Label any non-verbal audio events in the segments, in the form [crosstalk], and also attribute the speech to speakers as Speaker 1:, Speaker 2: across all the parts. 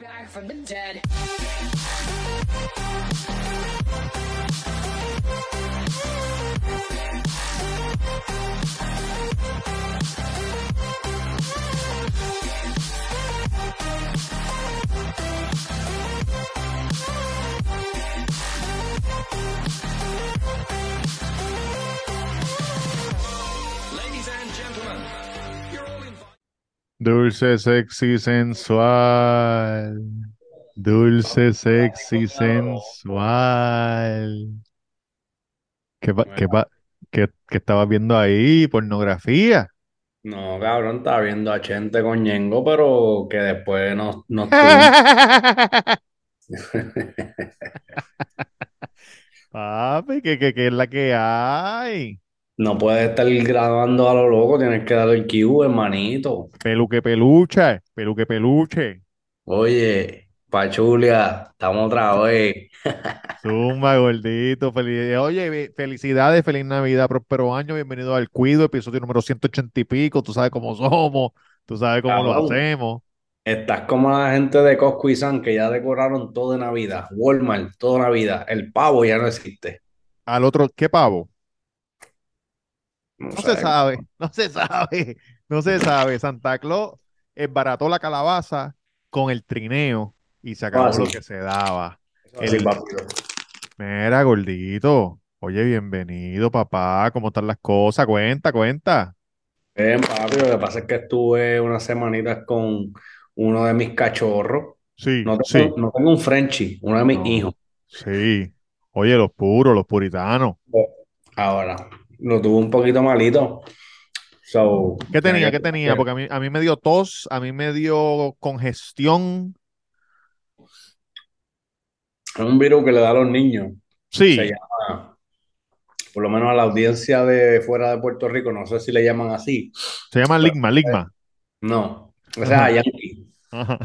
Speaker 1: back from the dead.
Speaker 2: Dulce, sexy, sensual. Dulce, sexy, sensual. ¿Qué, pa- qué, pa- qué- qué estabas viendo ahí? Pornografía.
Speaker 3: No, cabrón, estaba viendo a Chente con Ñengo, pero que después no,
Speaker 2: [laughs]
Speaker 3: no [laughs] estuvo.
Speaker 2: Papi, que, que, que es la que hay.
Speaker 3: No puedes estar grabando a lo loco, tienes que darle el cue, hermanito.
Speaker 2: Peluque peluche, peluque peluche.
Speaker 3: Oye, Pachulia, estamos otra vez.
Speaker 2: Zumba, gordito. Feliz... eh, Oye, ve- felicidades, feliz Navidad, próspero año. Bienvenido al Cuido, episodio número 180 y pico. Tú sabes cómo somos, tú sabes cómo lo
Speaker 3: Cabrón.
Speaker 2: hacemos.
Speaker 3: Estás como la gente de Costco y San que ya decoraron todo de Navidad. Walmart, todo de Navidad. El pavo ya no existe.
Speaker 2: Al otro, ¿qué pavo?
Speaker 3: No
Speaker 2: No
Speaker 3: sé.
Speaker 2: se [laughs] sabe, no se sabe, no se sabe. Santa Claus esbarató la calabaza con el trineo y se acabó
Speaker 3: Fácil.
Speaker 2: lo que se daba.
Speaker 3: Eso es así,
Speaker 2: El-
Speaker 3: papito.
Speaker 2: Mira, gordito. Oye, bienvenido, papá. ¿Cómo están las cosas? Cuenta, cuenta.
Speaker 3: Bien, eh, papi, lo que pasa es que estuve unas semanitas con uno de mis cachorros.
Speaker 2: Sí,
Speaker 3: No
Speaker 2: sí,
Speaker 3: tengo, no tengo un Frenchie, uno de mis
Speaker 2: No.
Speaker 3: hijos.
Speaker 2: sí. Oye, los puros, los puritanos.
Speaker 3: Ahora, lo tuve un poquito malito. So,
Speaker 2: ¿Qué tenía?
Speaker 3: tenía
Speaker 2: ¿Qué
Speaker 3: que-
Speaker 2: tenía? Porque a mí, a mí me dio tos, a mí me dio congestión.
Speaker 3: Es un virus que le da a los niños.
Speaker 2: Sí,
Speaker 3: Se llama, por lo menos a la audiencia de fuera de Puerto Rico, no sé si le llaman así.
Speaker 2: se llama ligma, ligma.
Speaker 3: No. O sea,
Speaker 2: Ajá.
Speaker 3: yankee.
Speaker 2: Ajá.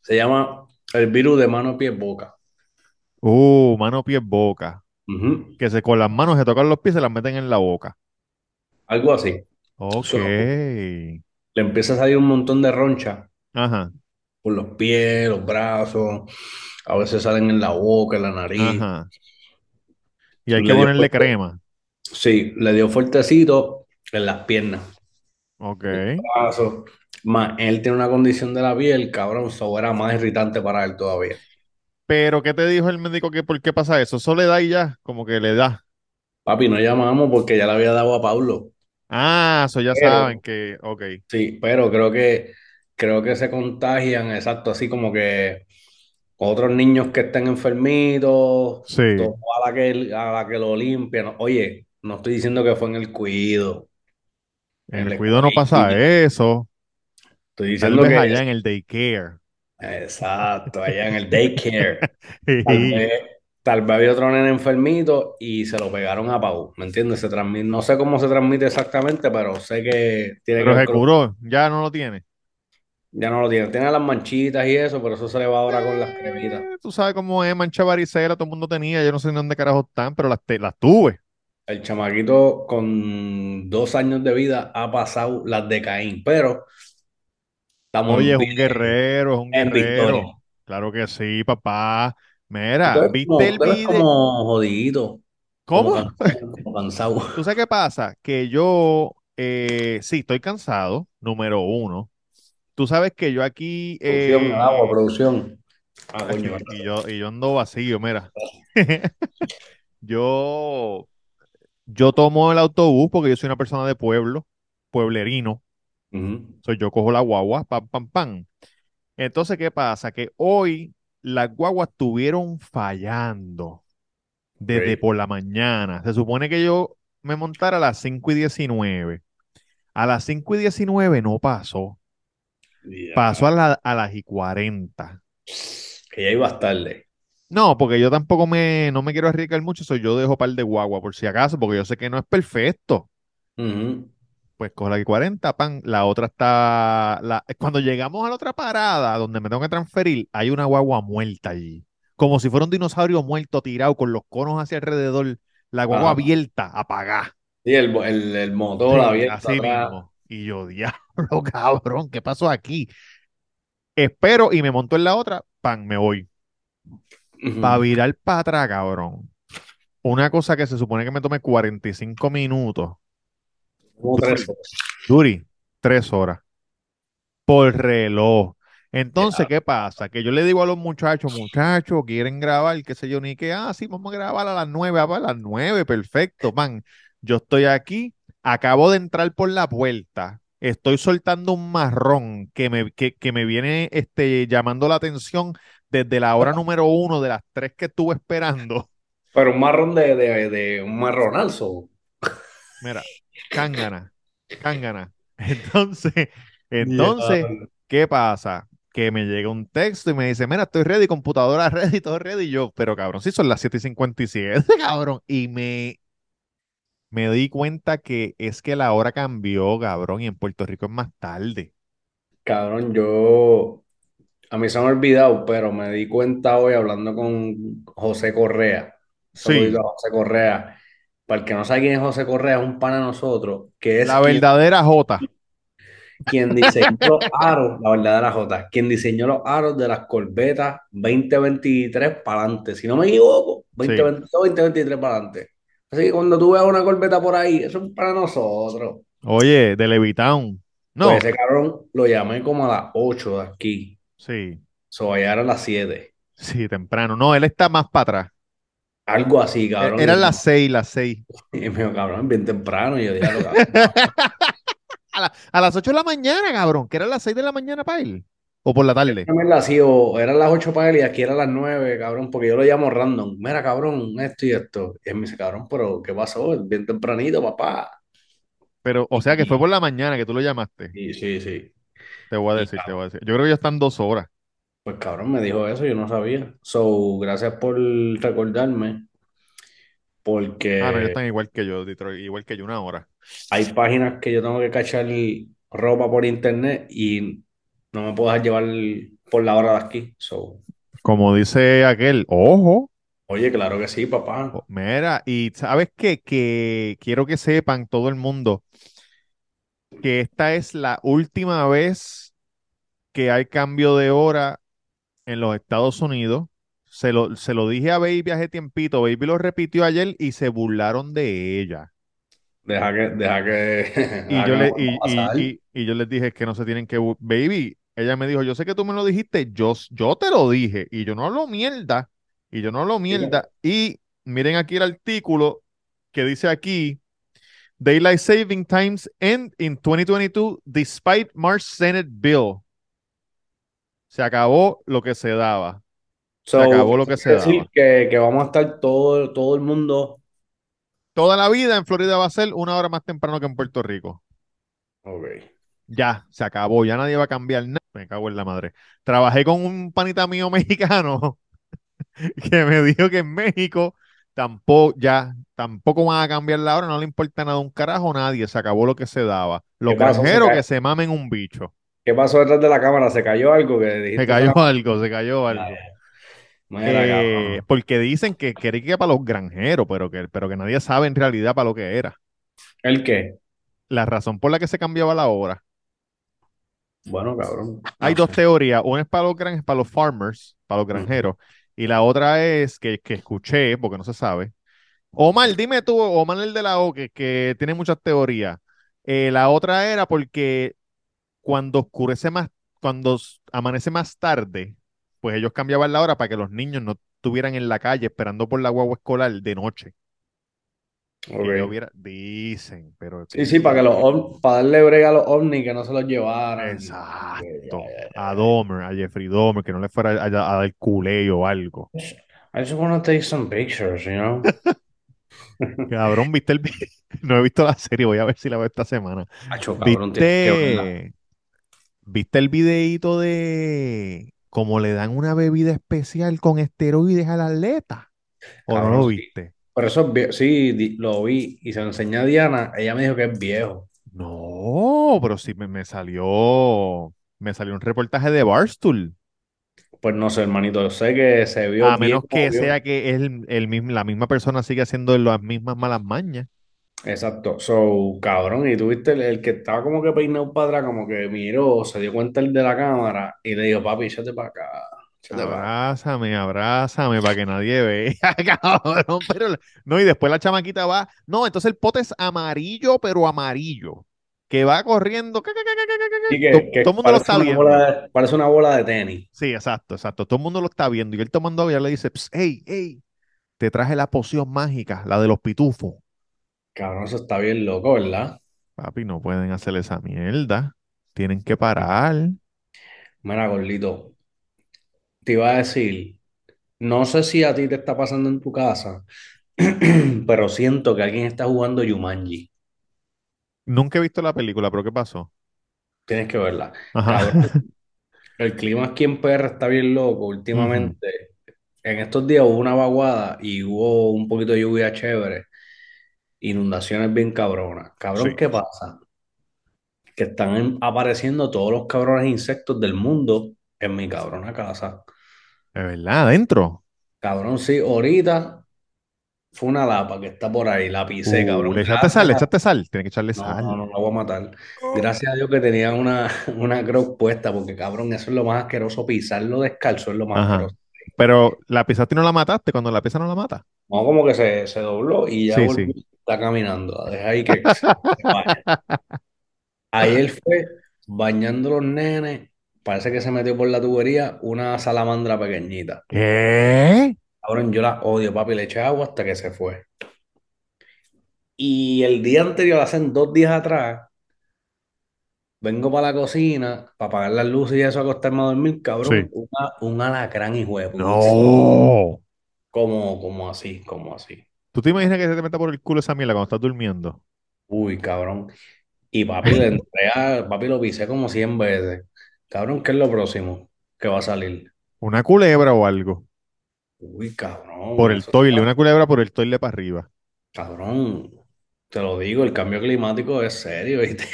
Speaker 3: Se llama el virus de mano, pie, boca.
Speaker 2: [laughs] Uh, mano, pies, boca.
Speaker 3: Ujú,
Speaker 2: Que se con las manos se tocan los pies, se las meten en la boca.
Speaker 3: Algo así.
Speaker 2: Ok.
Speaker 3: So- Le empieza a salir un montón de roncha
Speaker 2: Ajá,
Speaker 3: por los pies, los brazos. A veces salen en la boca, en la nariz.
Speaker 2: ajá. Y hay
Speaker 3: Le
Speaker 2: que
Speaker 3: dio
Speaker 2: ponerle
Speaker 3: fuerte.
Speaker 2: crema.
Speaker 3: Sí, le dio fuertecito en las piernas.
Speaker 2: Ok.
Speaker 3: Paso. Más, él tiene una condición de la piel, cabrón, eso era más irritante para él todavía.
Speaker 2: Pero, ¿qué te dijo el médico que por qué pasa eso? Eso le da y ya, como que le da.
Speaker 3: Papi, no llamamos porque ya le había dado a Pablo.
Speaker 2: Ah, eso ya
Speaker 3: Pero-
Speaker 2: saben que. Ok.
Speaker 3: Sí, pero creo que creo que se contagian, exacto, así como que otros niños que estén enfermitos,
Speaker 2: Sí.
Speaker 3: todo a la que, a la que lo limpian. Oye, no estoy diciendo que fue en el cuido,
Speaker 2: En
Speaker 3: el
Speaker 2: el cuido no pasa eso. Tal
Speaker 3: estoy diciendo
Speaker 2: vez
Speaker 3: que
Speaker 2: allá en el daycare. [laughs]
Speaker 3: exacto, allá en el daycare. Tal vez, tal vez había otro nene enfermito y se lo pegaron a Pau, ¿me entiendes? Se transmite, no sé cómo se transmite exactamente, pero sé que tiene que
Speaker 2: Pero se
Speaker 3: ver con-
Speaker 2: curó, ya no lo tiene.
Speaker 3: ya no lo tiene, tiene las manchitas y eso, pero eso se le va ahora con las cremitas.
Speaker 2: Eh, Tú sabes cómo es mancha varicela, todo el mundo tenía, yo no sé ni dónde carajo están, pero las, te- las tuve.
Speaker 3: El chamaquito con dos años de vida ha pasado las de Caín, pero estamos
Speaker 2: Oye, es un
Speaker 3: bien
Speaker 2: guerrero, es un
Speaker 3: en victoria.
Speaker 2: guerrero. Claro que sí, papá. Mira,
Speaker 3: Tú eres
Speaker 2: ¿viste
Speaker 3: como,
Speaker 2: el
Speaker 3: tú eres
Speaker 2: video?
Speaker 3: como jodidito, como
Speaker 2: ¿Cómo?
Speaker 3: cansado,
Speaker 2: [laughs]
Speaker 3: como cansado.
Speaker 2: ¿Tú sabes qué pasa? Que yo, eh, sí, estoy cansado, número uno. Tú sabes que yo aquí,
Speaker 3: Producción,
Speaker 2: eh,
Speaker 3: al agua, producción. Ah,
Speaker 2: Tacho,
Speaker 3: coño,
Speaker 2: y y yo, y yo ando vacío, mira. [laughs] Yo, yo tomo el autobús porque yo soy una persona de pueblo, pueblerino.
Speaker 3: Ujú.
Speaker 2: Entonces yo cojo la guagua, pam, pam, pam. Entonces, ¿qué pasa? Que hoy las guaguas estuvieron fallando desde
Speaker 3: Ok.
Speaker 2: por la mañana. Se supone que yo me montara a las 5 y 19. A las 5 y 19 no pasó.
Speaker 3: Ya.
Speaker 2: Pasó a, la- a las y 40.
Speaker 3: Que ya ibas tarde.
Speaker 2: No, porque yo tampoco me, no me quiero arriesgar mucho, soy yo dejo par de guagua por si acaso, porque yo sé que no es perfecto.
Speaker 3: Ujú.
Speaker 2: Pues cojo la que 40, pan, la otra está, la, cuando llegamos a la otra parada donde me tengo que transferir, hay una guagua muerta allí, como si fuera un dinosaurio muerto tirado con los conos hacia alrededor, la guagua
Speaker 3: Ajá.
Speaker 2: abierta, apagada,
Speaker 3: Sí, el, el, el motor
Speaker 2: Sí,
Speaker 3: abierto
Speaker 2: así
Speaker 3: atrás.
Speaker 2: mismo. Y [laughs] yo, diablo, cabrón, ¿qué pasó aquí? Espero y me monto en la otra, pan, me voy.
Speaker 3: Ujú.
Speaker 2: Para virar para atrás, cabrón. Una cosa que se supone que me tome 45 minutos.
Speaker 3: Como tres horas.
Speaker 2: Duri, tres horas. Por reloj. Entonces, ¿qué pasa? Que yo le digo a los muchachos, muchachos, quieren grabar, qué sé yo, ni qué, ah, sí, vamos a grabar a las nueve, ah, pues, a las nueve, perfecto, man. Yo estoy aquí, acabo de entrar por la puerta, estoy soltando un marrón que me, que, que me viene este, llamando la atención desde la hora número uno de las tres que estuve esperando.
Speaker 3: Pero un marrón de, de, de un marronazo.
Speaker 2: Mira, cángana, cángana. [laughs] Entonces, entonces, ¿qué pasa? Que me llega un texto y me dice, mira, estoy ready, computadora [laughs] ready, todo ready. Y yo, pero cabrón, sí son las 7 y 57, [laughs] cabrón. Y me, me di cuenta que es que la hora cambió, cabrón, y en Puerto Rico es más tarde.
Speaker 3: Cabrón, yo a mí se me ha olvidado, pero me di cuenta hoy hablando con José Correa. Saludito a José Correa. Para el que no sabe quién es José Correa, es un pana de nosotros, que es
Speaker 2: La
Speaker 3: quien,
Speaker 2: verdadera Jota.
Speaker 3: quien diseñó los aros, la verdadera Jota, quien diseñó los aros de las corbetas 2023 para adelante. Si no me equivoco, 2022, 2023 para adelante. Así que cuando tú veas una corbeta por ahí, eso es para nosotros.
Speaker 2: Oye, de Levitown. No,
Speaker 3: Pues ese cabrón lo llamé como a las 8 de aquí.
Speaker 2: sí,
Speaker 3: So, allá eran las 7.
Speaker 2: sí, temprano. No, él está más para atrás. E-,
Speaker 3: Algo así, cabrón.
Speaker 2: Eran las 6, las 6.
Speaker 3: Y me dijo, cabrón, bien temprano. Y yo dije, "Ah, lo cabrón".
Speaker 2: A las 8 de la mañana, cabrón, que eran las 6 de la mañana para él. O por la tarde.
Speaker 3: Yo me la hacía, o eran las 8 para él y aquí eran las 9, cabrón, porque yo lo llamo random. Mira, cabrón, esto y esto. Y él me dice, cabrón, pero ¿qué pasó? Bien tempranito, papá.
Speaker 2: Pero, o sea, que fue por la mañana que tú lo llamaste.
Speaker 3: Sí, sí, sí.
Speaker 2: Te voy a decir, te voy a decir. Yo creo que ya están dos horas.
Speaker 3: Pues cabrón, me dijo eso, yo no sabía. So, gracias por recordarme, porque
Speaker 2: Ah,
Speaker 3: Eh.
Speaker 2: no, ellos están igual que yo, Detroit, igual que yo, una hora.
Speaker 3: hay páginas que yo tengo que cachar ropa por internet y no me puedo dejar llevar por la hora de aquí. So,
Speaker 2: Como dice aquel, ojo,
Speaker 3: oye, claro que sí, papá.
Speaker 2: Oh. mira, y ¿sabes qué? Que quiero que sepan todo el mundo que esta es la última vez que hay cambio de hora en los Estados Unidos. Se lo, se lo dije a Baby hace tiempito, Baby lo repitió ayer y se burlaron de ella.
Speaker 3: Deja que, deja que, [laughs]
Speaker 2: Y
Speaker 3: deja
Speaker 2: yo,
Speaker 3: que
Speaker 2: le,
Speaker 3: no
Speaker 2: y,
Speaker 3: vuelva a
Speaker 2: y-
Speaker 3: pasar.
Speaker 2: y- y yo les dije que no se tienen que... bu- Baby, ella me dijo, yo sé que tú me lo dijiste, yo, yo te lo dije, y yo no hablo mierda, y yo no hablo mierda. Y miren aquí el artículo que dice aquí, Daylight Saving Times end in 2022 despite March Senate Bill. Se acabó lo que se daba.
Speaker 3: So,
Speaker 2: acabó lo que se
Speaker 3: quiere decir
Speaker 2: daba.
Speaker 3: que, que vamos a estar todo, todo el mundo.
Speaker 2: Toda la vida en Florida va a ser una hora más temprano que en Puerto Rico.
Speaker 3: Ok.
Speaker 2: Ya, se acabó, ya nadie va a cambiar nada. Me cago en la madre. Trabajé con un panita mío [laughs] mexicano que me dijo que en México tampoco, ya, tampoco van a cambiar la hora, no le importa nada un carajo a nadie, se acabó lo que se daba. Los
Speaker 3: ¿Qué pasó? Se
Speaker 2: granjeros
Speaker 3: ca-
Speaker 2: que se mamen un bicho.
Speaker 3: ¿Qué pasó detrás de la cámara? ¿Se cayó algo que dijiste?
Speaker 2: Se cayó algo, se cayó algo.
Speaker 3: Mira,
Speaker 2: Eh,
Speaker 3: cabrón.
Speaker 2: porque dicen que quería que era para los granjeros, pero que, pero que nadie sabe en realidad para lo que era.
Speaker 3: ¿El qué?
Speaker 2: La razón por la que se cambiaba la hora.
Speaker 3: Bueno, cabrón.
Speaker 2: Hay
Speaker 3: No
Speaker 2: dos
Speaker 3: sé.
Speaker 2: teorías. Una es para los, gran- para los farmers, para los granjeros, y la otra es que, que escuché, porque no se sabe. Omar, dime tú, Omar el de la O, que, que tiene muchas teorías. Eh, la otra era porque cuando oscurece más, cuando s- amanece más tarde, pues ellos cambiaban la hora para que los niños no estuvieran en la calle esperando por la guagua escolar de noche. Que
Speaker 3: Ok.
Speaker 2: yo viera- dicen, pero
Speaker 3: Sí, sí, para que los om- para darle brega a los ovnis que no se los llevaran.
Speaker 2: Exacto. A Dahmer, a Jeffrey Dahmer, que no le fuera a, a- a dar culé o algo.
Speaker 3: I just want to take some pictures, you
Speaker 2: [laughs]
Speaker 3: know?
Speaker 2: Cabrón, ¿viste el vi- [laughs] No he visto la serie, voy a ver si la veo esta semana.
Speaker 3: Acho, cabrón, tienes que verla.
Speaker 2: ¿Viste? ¿Viste el videíto de cómo le dan una bebida especial con esteroides al atleta? ¿O no
Speaker 3: Cabrón,
Speaker 2: lo
Speaker 3: sí.
Speaker 2: viste?
Speaker 3: Pero eso es vie- sí, di- lo vi y se lo enseñé a Diana. Ella me dijo que es viejo.
Speaker 2: No, pero sí me, me salió. Me salió un reportaje de Barstool.
Speaker 3: Pues no sé, hermanito, yo sé que se vio
Speaker 2: A menos
Speaker 3: bien como
Speaker 2: que
Speaker 3: vio.
Speaker 2: sea que el, el mismo, la misma persona sigue haciendo las mismas malas mañas.
Speaker 3: Exacto. So, cabrón, y tuviste el, el que estaba como que peinado para atrás, como que miró, se dio cuenta el de la cámara y le dijo, papi, échate para acá.
Speaker 2: Abrázame, abrázame para que nadie vea, [laughs] cabrón. Pero, no, y después la chamaquita va. No, entonces el pote es amarillo, pero amarillo. Que va corriendo.
Speaker 3: Y que-
Speaker 2: todo,
Speaker 3: que
Speaker 2: todo el mundo lo
Speaker 3: parece
Speaker 2: está
Speaker 3: una
Speaker 2: viendo.
Speaker 3: bola de- parece una bola de tenis.
Speaker 2: Sí, exacto, exacto. Todo el mundo lo está viendo. Y él tomando agua y le dice: "Ps, Hey, hey, te traje la poción mágica, la de los pitufos.
Speaker 3: Cabrón, eso está bien loco, ¿verdad?
Speaker 2: Papi, no pueden hacer esa mierda. Tienen que parar.
Speaker 3: Mira, gordito, te iba a decir, no sé si a ti te está pasando en tu casa, [clears throat] pero siento que alguien está jugando Jumanji.
Speaker 2: Nunca he visto la película, pero ¿qué pasó?
Speaker 3: Tienes que verla.
Speaker 2: Ajá. [laughs]
Speaker 3: Cabrón, el clima aquí en PR está bien loco últimamente. En estos días hubo una vaguada y hubo un poquito de lluvia chévere, inundaciones bien cabronas.
Speaker 2: Sí.
Speaker 3: Cabrón, ¿qué pasa? Que están en- apareciendo todos los cabrones insectos del mundo en mi cabrona casa.
Speaker 2: De verdad, adentro.
Speaker 3: Cabrón, sí, ahorita fue una lapa que está por ahí, la pisé,
Speaker 2: Uh,
Speaker 3: cabrón. Ah,
Speaker 2: le echaste sal, le
Speaker 3: Gracias.
Speaker 2: echaste sal. Tiene que echarle
Speaker 3: No,
Speaker 2: sal.
Speaker 3: no, no la voy a matar. Gracias a Dios que tenía una, [laughs] una croc puesta, porque cabrón, eso es lo más asqueroso. Pisarlo descalzo es lo más
Speaker 2: Ajá.
Speaker 3: asqueroso.
Speaker 2: Pero la pisaste y no la mataste. Cuando la pisa no la mata.
Speaker 3: No, como que se, se dobló y ya
Speaker 2: Sí,
Speaker 3: volvió,
Speaker 2: sí.
Speaker 3: está caminando. La deja ahí que
Speaker 2: [laughs]
Speaker 3: se vaya. Ayer fue bañando los nenes. Parece que se metió por la tubería una salamandra pequeñita.
Speaker 2: ¿Qué?
Speaker 3: Cabrón, yo la odio, papi. Le eché agua hasta que se fue. Y el día anterior, hace dos días atrás, vengo para la cocina para apagar las luces y eso, acostarme a dormir,
Speaker 2: Sí.
Speaker 3: cabrón. una- un alacrán, hijo de puta.
Speaker 2: No.
Speaker 3: Como, como así, como así.
Speaker 2: ¿Tú te imaginas que se te meta por el culo esa mierda cuando estás durmiendo?
Speaker 3: Uy, cabrón. Y papi le entré a- papi lo pisé como 100 veces. Cabrón, ¿qué es lo próximo que va a salir?
Speaker 2: Una culebra o algo.
Speaker 3: Uy,
Speaker 2: Por
Speaker 3: cabrón,
Speaker 2: el
Speaker 3: eso
Speaker 2: toile,
Speaker 3: está,
Speaker 2: una culebra por el toile para arriba.
Speaker 3: cabrón. Te lo digo, el cambio climático es serio, ¿viste?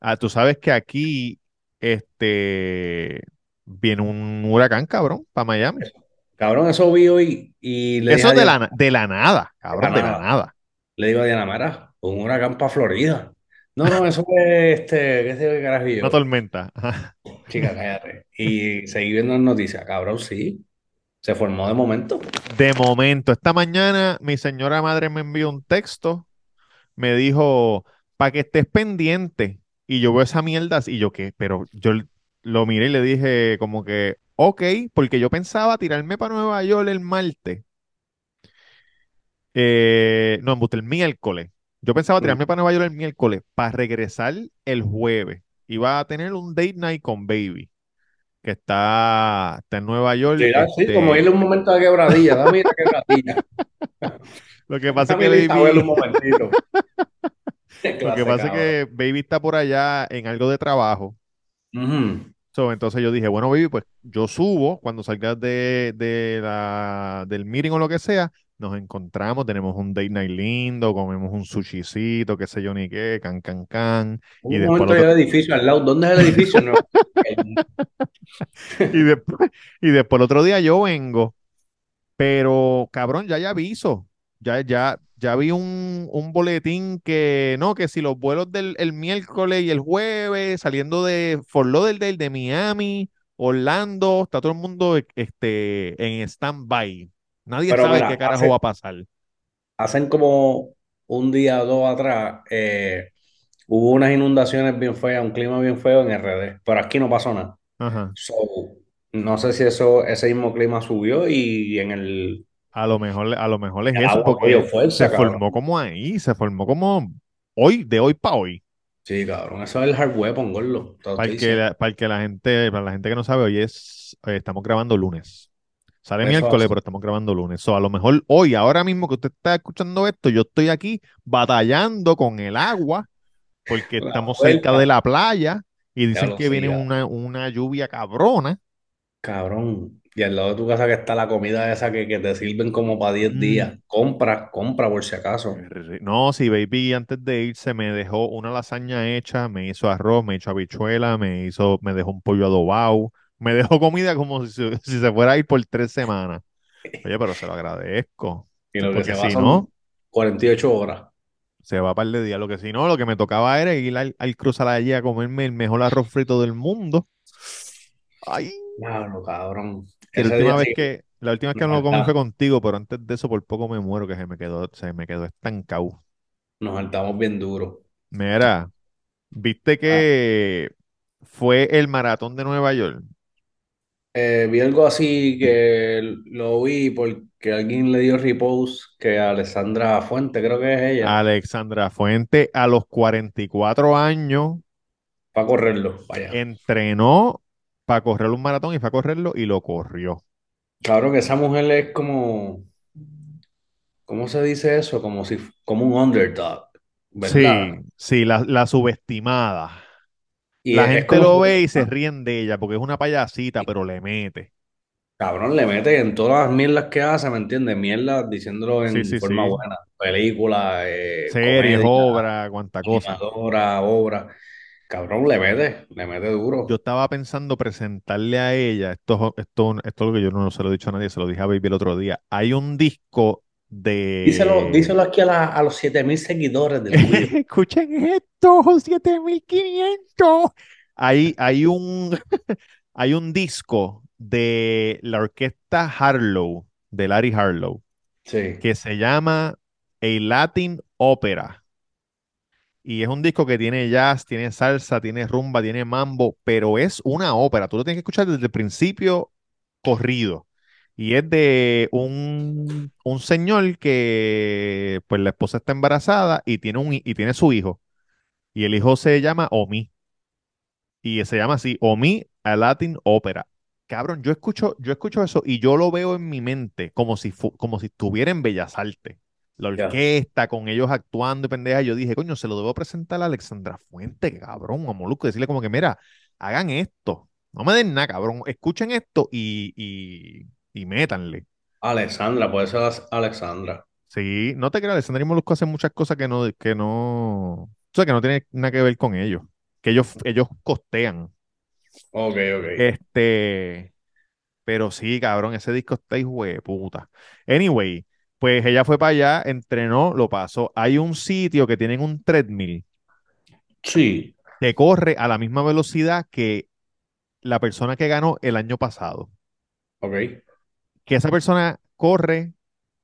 Speaker 2: Ah, tú sabes que aquí, este, viene un huracán, cabrón, para Miami.
Speaker 3: Cabrón, eso vi hoy y le dije
Speaker 2: Eso
Speaker 3: a
Speaker 2: de
Speaker 3: Diana,
Speaker 2: la, na- de la nada,
Speaker 3: de
Speaker 2: cabrón,
Speaker 3: la
Speaker 2: de la
Speaker 3: nada.
Speaker 2: nada.
Speaker 3: Le digo a Diana, mira, un huracán para Florida. No, no, eso es este, qué sé yo, qué carajo y
Speaker 2: Una
Speaker 3: yo.
Speaker 2: tormenta. Ajá.
Speaker 3: Chica, cállate. Y seguí viendo las noticias, cabrón, sí. Se formó de momento.
Speaker 2: De momento, esta mañana mi señora madre me envió un texto, me dijo, para que estés pendiente. Y yo veo esa mierda y yo qué, pero yo l- lo miré y le dije como que, ok, porque yo pensaba tirarme para Nueva York el martes. Eh, no, embuste, el miércoles. Yo pensaba
Speaker 3: Mm.
Speaker 2: tirarme para Nueva York el miércoles para regresar el jueves. Iba a tener un date night con Baby, que está, está en Nueva York.
Speaker 3: Sí, ah, sí, como
Speaker 2: este,
Speaker 3: irle un momento a quebradilla, dame la quebradilla.
Speaker 2: Lo que [laughs] pasa es
Speaker 3: Dame
Speaker 2: que
Speaker 3: la Isabel
Speaker 2: Baby,
Speaker 3: un momentito. Qué
Speaker 2: lo que
Speaker 3: clase,
Speaker 2: pasa es
Speaker 3: cabrón.
Speaker 2: que Baby está por allá en algo de trabajo.
Speaker 3: Ujú.
Speaker 2: So, entonces yo dije, bueno, Baby, pues yo subo cuando salgas de, de la, del meeting o lo que sea, nos encontramos, tenemos un date night lindo, comemos un sushicito, qué sé yo ni qué, can, can, can, y
Speaker 3: Un
Speaker 2: después al
Speaker 3: momento
Speaker 2: otro,
Speaker 3: ya el edificio al lado. ¿Dónde es el edificio? No. El-
Speaker 2: y después, [laughs] y después el otro día yo vengo, pero cabrón, ya hay aviso, ya, ya, ya vi un, un boletín que no, que si los vuelos del el miércoles y el jueves saliendo de Fort Lauderdale, de Miami, Orlando, está todo el mundo e- este, en stand-by. Nadie
Speaker 3: Pero
Speaker 2: sabe
Speaker 3: mira,
Speaker 2: qué carajo
Speaker 3: hace,
Speaker 2: va a pasar.
Speaker 3: hacen como un día o dos atrás eh, hubo unas inundaciones bien feas, un clima bien feo en RD, pero aquí no pasó nada.
Speaker 2: Ajá.
Speaker 3: So, no sé si eso, ese mismo clima subió y en el,
Speaker 2: A lo mejor, a lo mejor es
Speaker 3: el
Speaker 2: eso,
Speaker 3: agua cogió
Speaker 2: porque se
Speaker 3: fuerza, cabrón.
Speaker 2: formó como ahí, se formó como hoy, de hoy para hoy.
Speaker 3: Sí, cabrón, eso es el hard weapon, gordo, te lo
Speaker 2: Para
Speaker 3: estoy
Speaker 2: el que,
Speaker 3: diciendo.
Speaker 2: la, para el que la gente, para la gente que no sabe, hoy es, eh, estamos grabando lunes. Sale
Speaker 3: Eso
Speaker 2: miércoles,
Speaker 3: hace.
Speaker 2: pero estamos grabando lunes. O a lo mejor hoy, ahora mismo que usted está escuchando esto, yo estoy aquí batallando con el agua porque
Speaker 3: La
Speaker 2: estamos cerca
Speaker 3: vuelta,
Speaker 2: de la playa y
Speaker 3: ya
Speaker 2: dicen
Speaker 3: lo
Speaker 2: que viene
Speaker 3: siga.
Speaker 2: una, una lluvia cabrona.
Speaker 3: Cabrón, y al lado de tu casa que está la comida esa que, que te sirven como para 10
Speaker 2: Mm.
Speaker 3: días. Compra, compra por si acaso.
Speaker 2: Re- No, si Baby antes de irse me dejó una lasaña hecha, me hizo arroz, me hizo habichuela, me hizo, me dejó un pollo adobado, me dejó comida como si, se- si se fuera a ir por tres semanas. Oye, pero se lo agradezco,
Speaker 3: Y lo que
Speaker 2: porque
Speaker 3: se va
Speaker 2: si no,
Speaker 3: son 48 horas.
Speaker 2: se va para el día. Lo que si no, lo que me tocaba era ir al, al cruzar allí a comerme el mejor arroz frito del mundo. Ay.
Speaker 3: Claro, cabrón.
Speaker 2: Que la
Speaker 3: Ese
Speaker 2: última
Speaker 3: día
Speaker 2: vez
Speaker 3: sí,
Speaker 2: que, la última vez que
Speaker 3: Me
Speaker 2: hablo con
Speaker 3: faltaba.
Speaker 2: fue contigo, pero antes de eso por poco me muero que se me quedó, se me quedó estancado.
Speaker 3: nos saltamos bien duro.
Speaker 2: Mira, viste que
Speaker 3: Ah.
Speaker 2: fue el maratón de Nueva York.
Speaker 3: Eh, vi algo así que lo vi porque alguien le dio repost que Alessandra Fuente, creo que es
Speaker 2: Ah.
Speaker 3: ella,
Speaker 2: Alexandra Fuente a los 44 años
Speaker 3: para correrlo.
Speaker 2: Eh.
Speaker 3: Vaya.
Speaker 2: entrenó para correr un maratón y fue a correrlo y lo corrió.
Speaker 3: Claro que esa mujer es como, ¿cómo se dice eso? Como si, como un underdog, ¿verdad?
Speaker 2: Sí, sí, la, la subestimada.
Speaker 3: Y
Speaker 2: La
Speaker 3: es, es
Speaker 2: gente
Speaker 3: como, ah.
Speaker 2: lo ve y se ríen de ella porque es una payasita, pero le mete.
Speaker 3: cabrón, le mete en todas las mierdas que hace, ¿me entiendes? Mierdas diciéndolo
Speaker 2: Sí,
Speaker 3: en
Speaker 2: sí,
Speaker 3: forma
Speaker 2: sí.
Speaker 3: buena, película, eh,
Speaker 2: Series,
Speaker 3: comedia,
Speaker 2: obra, cuanta cosa.
Speaker 3: animadora, obra. Cabrón, le mete, le mete duro.
Speaker 2: Yo estaba pensando presentarle a ella, esto, esto, esto es lo que yo no se lo he dicho a nadie, se lo dije a Baby el otro día. Hay un disco
Speaker 3: Díselo, díselo
Speaker 2: de...
Speaker 3: aquí a, la- a los 7000 seguidores del Quiz.
Speaker 2: [laughs] Escuchen esto, 7500. Hay, hay un, [laughs] hay un disco de la orquesta Harlow, de Larry Harlow,
Speaker 3: Sí.
Speaker 2: que se llama A Latin Opera. Y es un disco que tiene jazz, tiene salsa, tiene rumba, tiene mambo, pero es una ópera. Tú lo tienes que escuchar desde el principio corrido. Y es de un, un señor que, pues la esposa está embarazada y tiene, un, hi- y tiene su hijo. Y el hijo se llama Omi. Y se llama así, Omi a Latin Opera. Cabrón, yo escucho, yo escucho eso y yo lo veo en mi mente como si, fu- como si estuviera en Bellas Artes. La
Speaker 3: Ya.
Speaker 2: orquesta, con ellos actuando y pendeja. Yo dije, coño, se lo debo presentar a Alexandra Fuente, cabrón, a Molusco. Decirle como que, mira, hagan esto. No me den nada, cabrón. Escuchen esto y, y, y métanle.
Speaker 3: Alexandra, puede ser As- Alexandra.
Speaker 2: Sí, no te creas, Alexandra y Molusco hacen muchas cosas que no, que no, o sea, que no tiene nada que ver con ellos. Que ellos, ellos costean.
Speaker 3: Ok,
Speaker 2: Eh,
Speaker 3: ok.
Speaker 2: Este, pero sí, cabrón, ese disco está hijo de puta. Anyway, pues ella fue para allá, entrenó, lo pasó. Hay un sitio que tienen un treadmill
Speaker 3: Sí.
Speaker 2: que corre a la misma velocidad que la persona que ganó el año pasado.
Speaker 3: Ok.
Speaker 2: Que esa persona corre,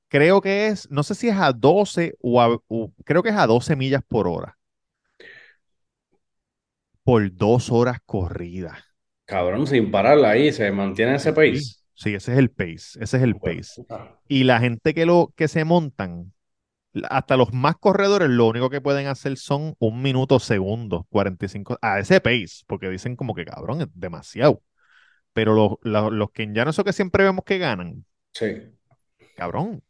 Speaker 2: creo que es, no sé si es a 12 o, a- o creo que es a 12 millas por hora, por dos horas corridas.
Speaker 3: Cabrón, sin pararla ahí, se mantiene ese
Speaker 2: Sí,
Speaker 3: país. Ah,
Speaker 2: sí, ese es el pace, ese es el pace. y la gente que lo que se montan, la- hasta los más corredores, lo único que pueden hacer son un minuto, segundos, 45, a ese pace, porque dicen como que cabrón, es demasiado. Pero los, los, los que ya no son que siempre vemos que ganan,
Speaker 3: Sí.
Speaker 2: cabrón,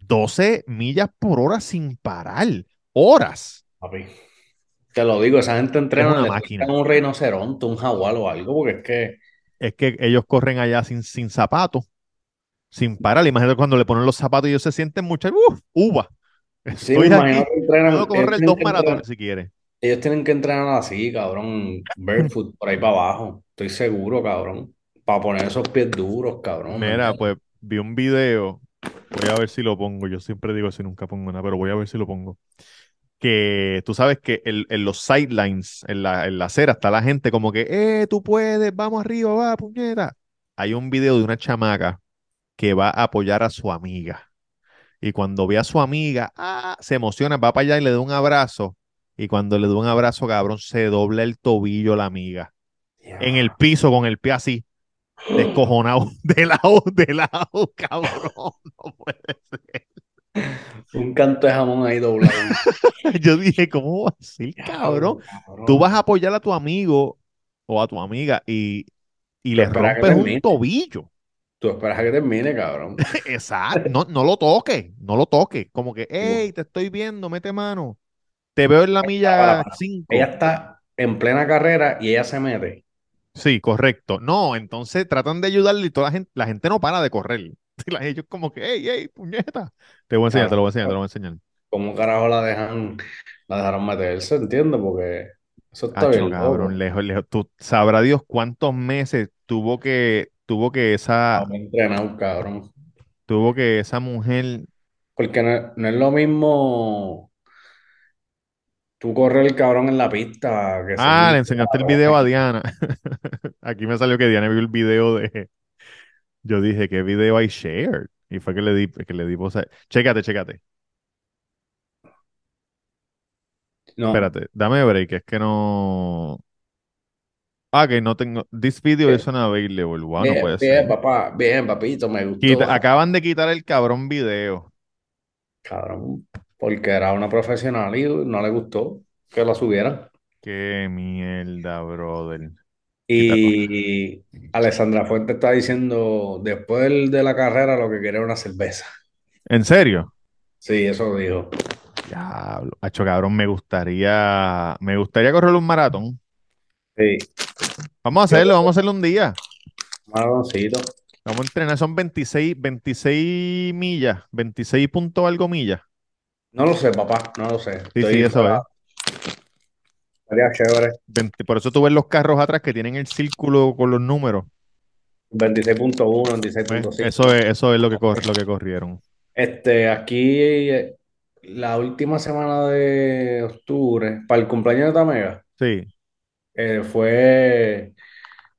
Speaker 2: 12 millas por hora sin parar, horas.
Speaker 3: Papi. Te lo digo, esa gente
Speaker 2: Es
Speaker 3: entrena,
Speaker 2: una
Speaker 3: le
Speaker 2: máquina.
Speaker 3: sueltan un rinoceronte, un jaguar o algo, porque es que,
Speaker 2: Es que ellos corren allá sin, sin zapatos, sin parar. Imagínate cuando le ponen los zapatos y ellos se sienten muchas, ¡uf! ¡Uva!
Speaker 3: sí, me
Speaker 2: Estoy
Speaker 3: imagino
Speaker 2: aquí,
Speaker 3: que entrenan,
Speaker 2: puedo
Speaker 3: ellos
Speaker 2: correr
Speaker 3: tienen
Speaker 2: dos
Speaker 3: que entrenar,
Speaker 2: maratones si quieres.
Speaker 3: ellos tienen que entrenar así, cabrón, barefoot, por ahí para abajo, estoy seguro, cabrón, para poner esos pies duros, cabrón, ¿me
Speaker 2: Mira,
Speaker 3: entiendes?
Speaker 2: pues vi un video, voy a ver si lo pongo, yo siempre digo si nunca pongo nada, pero voy a ver si lo pongo. Que tú sabes que en, en los sidelines, en la, en la acera, está la gente como que, eh, tú puedes, vamos arriba, va, puñeta. Hay un video de una chamaca que va a apoyar a su amiga. Y cuando ve a su amiga, ah, se emociona, va para allá y le da un abrazo. Y cuando le da un abrazo, cabrón, se dobla el tobillo la amiga. pues, En el
Speaker 3: Ya.
Speaker 2: piso, con el pie así descojonado [laughs] de lado, de lado, cabrón. No puede ser.
Speaker 3: Un canto de jamón ahí doblado.
Speaker 2: Yo dije, ¿cómo va a ser, [laughs] cabrón?
Speaker 3: Diablo,
Speaker 2: Tú vas
Speaker 3: cabrón.
Speaker 2: a apoyar a tu amigo o a tu amiga y, y
Speaker 3: Tú
Speaker 2: le
Speaker 3: esperas a que
Speaker 2: rompes un
Speaker 3: termine.
Speaker 2: tobillo. [laughs]
Speaker 3: Tú esperas a que termine, cabrón.
Speaker 2: Exacto. No, no lo toques, no lo toques. Como que, hey, te estoy viendo, mete mano. Te veo en la milla
Speaker 3: Ella
Speaker 2: 5.
Speaker 3: está en plena carrera y ella se mete.
Speaker 2: Sí, correcto. No, entonces tratan de ayudarle y toda la gente, la gente no para de correr. [laughs] Y la- ellos como que, hey, hey, puñeta. Te voy a enseñar, te lo voy a enseñar, te lo
Speaker 3: Cabrón,
Speaker 2: voy a enseñar.
Speaker 3: ¿cómo carajo la dejan, la dejaron meterse? Entiendo, porque eso está
Speaker 2: Hacho,
Speaker 3: bien
Speaker 2: Ah, cabrón,
Speaker 3: loco.
Speaker 2: lejos, lejos. Tú sabrá Dios cuántos meses tuvo que, tuvo que esa,
Speaker 3: Vamos entrenado, cabrón.
Speaker 2: tuvo que esa mujer.
Speaker 3: Porque no, no es lo mismo Tú corres el cabrón en la pista. que se
Speaker 2: Ah, le
Speaker 3: viste,
Speaker 2: enseñaste el
Speaker 3: cabrón.
Speaker 2: video a Diana. [laughs] Aquí me salió que Diana vio el video de. Yo dije, ¿qué video I shared? Y fue que le di, que le di posa- Chécate, chécate.
Speaker 3: [laughs] Ah. No,
Speaker 2: Espérate, dame break, es que no. Ah, que no tengo. This video
Speaker 3: Eh,
Speaker 2: is unavailable. Wow, no
Speaker 3: bien,
Speaker 2: puede
Speaker 3: bien,
Speaker 2: ser.
Speaker 3: papá. Bien, papito, me gustó.
Speaker 2: Quita- acaban de quitar el cabrón video.
Speaker 3: Cabrón, porque era una profesional y no le gustó que la subieran.
Speaker 2: Qué mierda, brother.
Speaker 3: Y Alessandra Fuentes está diciendo, después del- de la carrera lo que quiere es una cerveza.
Speaker 2: ¿En serio?
Speaker 3: Sí, eso dijo.
Speaker 2: Diablo. Hacho, cabrón, me gustaría. Me gustaría correr un maratón.
Speaker 3: Sí,
Speaker 2: Vamos a hacerlo, vamos a hacerlo un día.
Speaker 3: maloncito.
Speaker 2: Vamos a entrenar, son 26, 26 millas, 26 punto algo millas.
Speaker 3: No lo sé, papá, no lo sé.
Speaker 2: Sí,
Speaker 3: Estoy
Speaker 2: sí, eso es.
Speaker 3: fuera. Estaría chévere.
Speaker 2: 20 por eso tú ves los carros atrás que tienen el círculo con los números.
Speaker 3: 26.1,
Speaker 2: ¿ves?
Speaker 3: 26.5.
Speaker 2: Pues, Eso es, eso es lo que, cor- lo que corrieron.
Speaker 3: Este, aquí, eh, la última semana de octubre, para el cumpleaños de Tamega,
Speaker 2: Sí.
Speaker 3: eh, fue,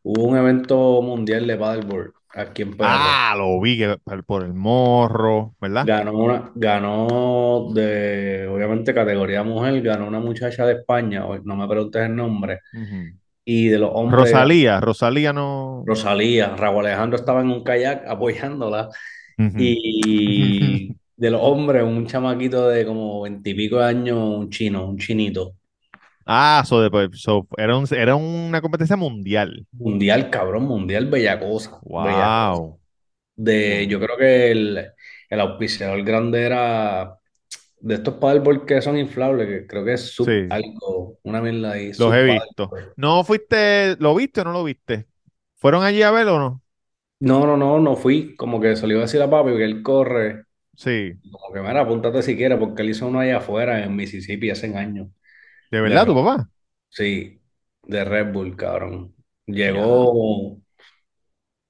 Speaker 3: hubo un evento mundial de paddleboard aquí en PR.
Speaker 2: Ah, lo vi que por- por el morro, ¿verdad?
Speaker 3: Ganó una, ganó de, obviamente, categoría mujer, ganó una muchacha de España, hoy no me preguntes el nombre,
Speaker 2: Ujú.
Speaker 3: y de los hombres,
Speaker 2: Rosalía, Rosalía no.
Speaker 3: Rosalía, Raúl Alejandro estaba en un kayak apoyándola,
Speaker 2: Ujú. [laughs]
Speaker 3: y de los hombres, un chamaquito de como veintipico de años, un chino, un chinito.
Speaker 2: Ah, so de- pues, so, era, un- era una competencia mundial.
Speaker 3: Mundial, cabrón, mundial, bella cosa, bella cosa.
Speaker 2: Wow.
Speaker 3: De, yo creo que el, el auspiciador grande era de estos paddleboard que son inflables, que creo que es sub
Speaker 2: Sí.
Speaker 3: algo, una mierda ahí,
Speaker 2: Los
Speaker 3: sub
Speaker 2: he visto.
Speaker 3: paddleboard.
Speaker 2: ¿No fuiste, lo viste o no lo viste? ¿Fueron allí a verlo o no?
Speaker 3: No, no, no, no fui, como que se lo iba a decir a papi que él corre,
Speaker 2: Sí.
Speaker 3: y como que mira, apúntate si quieres, porque él hizo uno allá afuera en Mississippi hace años,
Speaker 2: ¿De
Speaker 3: de
Speaker 2: verdad,
Speaker 3: Red,
Speaker 2: tu papá?
Speaker 3: sí, de Red Bull, cabrón. Llegó un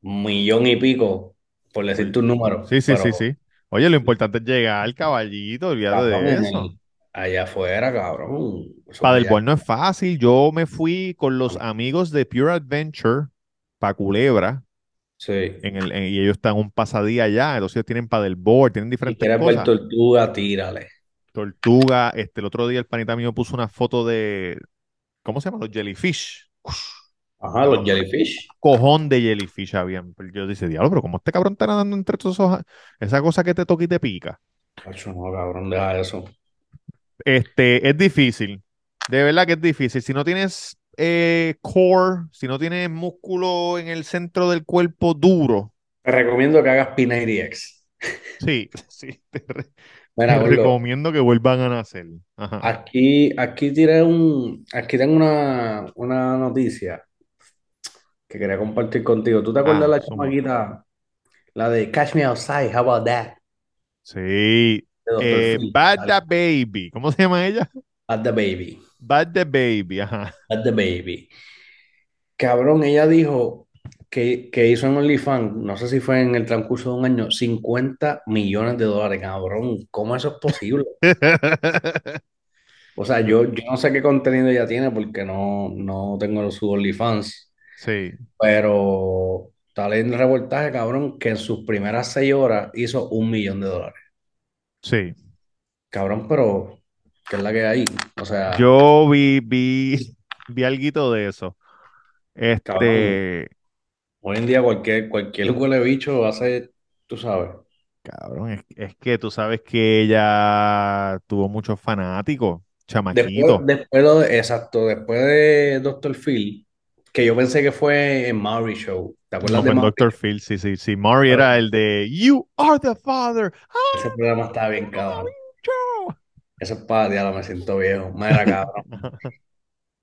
Speaker 3: millón y pico, por decirte un número,
Speaker 2: Sí, sí,
Speaker 3: pero...
Speaker 2: sí, sí. Oye, lo importante es llegar al caballito, olvídate
Speaker 3: Cabrón,
Speaker 2: de
Speaker 3: en
Speaker 2: eso.
Speaker 3: el- allá afuera, cabrón. Eso para allá.
Speaker 2: Paddleboard no es fácil. Yo me fui con los amigos de Pure Adventure para Culebra
Speaker 3: Sí.
Speaker 2: en el- en- y ellos están un pasadía allá. Entonces ellos tienen paddleboard, tienen
Speaker 3: Si
Speaker 2: diferentes
Speaker 3: quieres ver
Speaker 2: cosas.
Speaker 3: tortuga, tírale.
Speaker 2: Tortuga, este, el otro día el panita mío puso una foto de, ¿cómo se llaman? Los jellyfish.
Speaker 3: Ajá, los jellyfish.
Speaker 2: Cojón de jellyfish habían. Yo dice, diablo, pero ¿cómo este cabrón está nadando entre todos esos, esa cosa que te toca y te pica?
Speaker 3: Cacho, no, cabrón, deja eso.
Speaker 2: Este, es difícil. De verdad que es difícil. Si no tienes eh, core, si no tienes músculo en el centro del cuerpo duro,
Speaker 3: Te recomiendo que hagas P90X.
Speaker 2: sí, [laughs] sí, te, re- [laughs]
Speaker 3: Mira,
Speaker 2: te
Speaker 3: gordo, Ah.
Speaker 2: recomiendo que vuelvan a nacer. Ajá.
Speaker 3: aquí, aquí tiré un, aquí tengo una, una noticia que quería compartir contigo. ¿Tú te acuerdas de
Speaker 2: Ah,
Speaker 3: la
Speaker 2: zumba.
Speaker 3: chamaquita? La de Catch Me Outside, how about that?
Speaker 2: Sí.
Speaker 3: De Dr.
Speaker 2: Eh,
Speaker 3: Phil.
Speaker 2: Bad
Speaker 3: Dale,
Speaker 2: the Baby. ¿Cómo se llama ella?
Speaker 3: Bad the baby.
Speaker 2: Bad the Baby. Ajá. [laughs]
Speaker 3: Bad the baby. Cabrón, ella dijo que, que hizo en OnlyFans, no sé si fue en el transcurso de un año, 50 millones de dólares, cabrón. ¿Cómo eso es posible? O sea, yo, yo no sé qué contenido ella tiene porque no, no tengo su OnlyFans,
Speaker 2: Sí.
Speaker 3: pero está leyendo el reportaje, cabrón, que en sus primeras seis horas hizo un millón de dólares.
Speaker 2: Sí.
Speaker 3: Cabrón, pero ¿qué es la que hay? O sea,
Speaker 2: Yo vi, vi, vi alguito de eso.
Speaker 3: cabrón,
Speaker 2: Este,
Speaker 3: hoy en día cualquier, cualquier huele bicho hace, tú sabes.
Speaker 2: cabrón, es, es que tú sabes que ella tuvo muchos fanáticos,
Speaker 3: Después,
Speaker 2: chamaquitos.
Speaker 3: después lo de- exacto, después de Dr. Phil, que yo pensé que fue en Maury Show.
Speaker 2: No
Speaker 3: ¿Te acuerdas de
Speaker 2: fue en
Speaker 3: Maury?
Speaker 2: Dr. Phil, sí, sí, sí. Maury era el de You are the father.
Speaker 3: Ese
Speaker 2: I'm
Speaker 3: programa estaba bien cabrón.
Speaker 2: your-"
Speaker 3: Eso es para, diablo, me siento viejo. Mira, cabrón.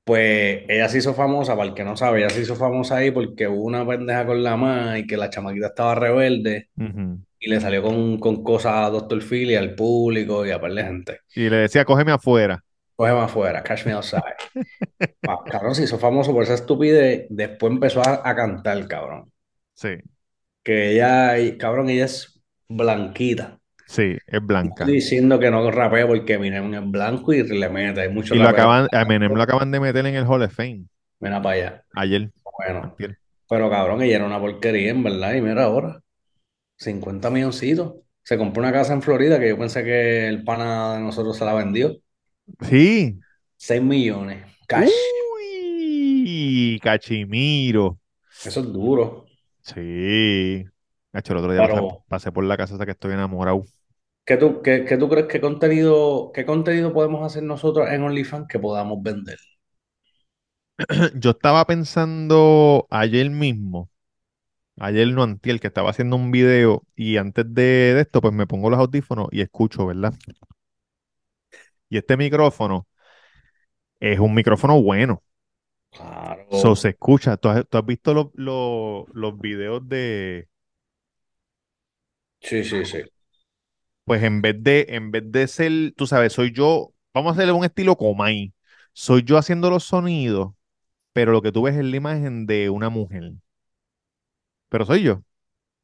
Speaker 3: Pues ella se hizo famosa, para el que no sabe, ella se hizo famosa ahí porque hubo una pendeja con la mamá y que la chamaquita estaba rebelde
Speaker 2: Ujú.
Speaker 3: y le salió con, con cosas a Dr. Phil y al público y a par de gente.
Speaker 2: Y le decía, cógeme afuera.
Speaker 3: Coge más afuera, catch me outside. Pa- Cabrón, se hizo famoso por esa estupidez. Después empezó a, a cantar, cabrón.
Speaker 2: Sí,
Speaker 3: Que ella, y- cabrón, ella es blanquita.
Speaker 2: Sí, es blanca.
Speaker 3: Estoy diciendo que no rapea porque Eminem es blanco y le mete. Hay mucho
Speaker 2: Y lo acaban, a Eminem lo acaban de meter en el Hall of Fame
Speaker 3: Mira para allá.
Speaker 2: ayer.
Speaker 3: Bueno,
Speaker 2: Antier.
Speaker 3: pero cabrón, ella era una porquería, en verdad. Y mira ahora, 50 milloncitos. Se compró una casa en Florida que yo pensé que el pana de nosotros se la vendió.
Speaker 2: Sí.
Speaker 3: 6 millones. Cash.
Speaker 2: ¿Eh? Uy, Cachimiro.
Speaker 3: Eso es duro.
Speaker 2: Sí. Nacho, el otro día
Speaker 3: Pero-
Speaker 2: pasé, pasé por la casa hasta que estoy enamorado. [clears throat]
Speaker 3: ¿Qué tú, qué, qué tú crees que contenido, qué contenido podemos hacer nosotros en OnlyFans que podamos vender?
Speaker 2: Yo estaba pensando ayer mismo, ayer no antier, que estaba haciendo un video y antes de, de esto, pues me pongo los audífonos y escucho, ¿verdad? Y este micrófono es un micrófono bueno,
Speaker 3: Claro.
Speaker 2: so se escucha. ¿Tú has, tú has visto los, los- los videos de,
Speaker 3: Sí, sí, sí.
Speaker 2: pues en vez de, en vez de ser, tú sabes, soy yo, vamos a hacerle un estilo Comay, soy yo haciendo los sonidos, pero lo que tú ves es la imagen de una mujer. Pero soy yo,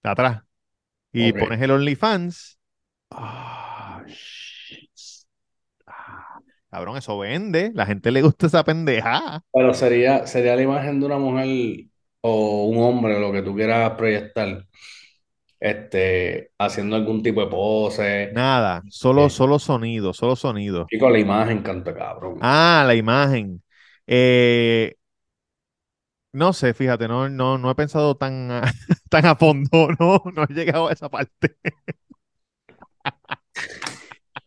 Speaker 2: de atrás. Y
Speaker 3: Ok.
Speaker 2: pones el OnlyFans. Ah, shit. Ah, cabrón, eso vende. La gente le gusta esa pendejada.
Speaker 3: Pero sería, sería la imagen de una mujer o un hombre, lo que tú quieras proyectar, este, haciendo algún tipo de pose.
Speaker 2: Nada, solo,
Speaker 3: Sí.
Speaker 2: solo sonido, solo sonido.
Speaker 3: Chico, la imagen, canto de cabrón.
Speaker 2: Ah, la imagen. Eh, no sé, fíjate, no, no, no he pensado tan a, [laughs] tan a fondo, [laughs] no, no he llegado a esa parte.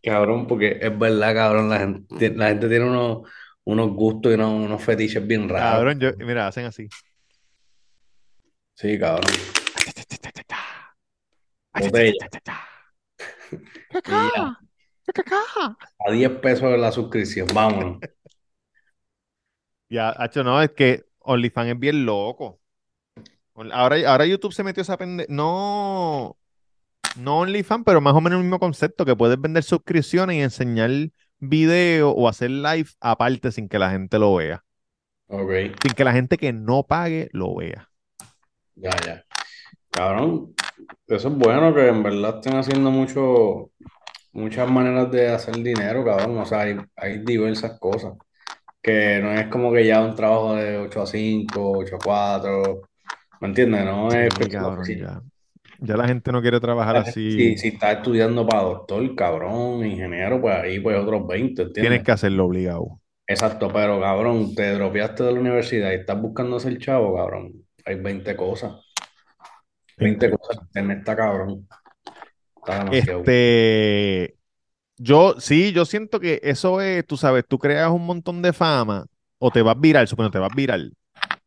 Speaker 3: Cabrón, porque es verdad, cabrón, la gente, la gente tiene unos, unos gustos y unos, unos fetiches bien raros.
Speaker 2: Cabrón, yo, mira, hacen así.
Speaker 3: Sí, cabrón. Botella. Y ya, a 10 pesos la suscripción, vámonos.
Speaker 2: Ya, hacho, no, es que OnlyFans es bien loco. On- Ahora, ahora YouTube se metió esa pende... No, no OnlyFans, pero más o menos el mismo concepto, que puedes vender suscripciones y enseñar video o hacer live aparte sin que la gente lo vea.
Speaker 3: Ok.
Speaker 2: Sin que la gente que no pague lo vea.
Speaker 3: Ya, ya. Cabrón, eso es bueno que en verdad estén haciendo mucho, muchas maneras de hacer dinero, cabrón. O sea, hay, hay diversas cosas. Que no es como que ya un trabajo de 8 a 5, 8 a 4. ¿Me entiendes? No
Speaker 2: Sí,
Speaker 3: es
Speaker 2: cabrón,
Speaker 3: sí. Eh,
Speaker 2: ya. Ya la gente no quiere trabajar
Speaker 3: Si,
Speaker 2: así.
Speaker 3: si estás estudiando para doctor, cabrón, ingeniero, pues ahí pues otros 20,
Speaker 2: Tienes
Speaker 3: ¿entiendes?
Speaker 2: que hacerlo obligado.
Speaker 3: Exacto, pero cabrón, te dropeaste de la universidad y estás buscando ser chavo, cabrón. Hay 20 cosas. 20 cosas que internet está cabrón. Está demasiado.
Speaker 2: Este, yo sí, yo siento que eso es, tú sabes, tú creas un montón de fama o te vas viral, supongo, te vas viral.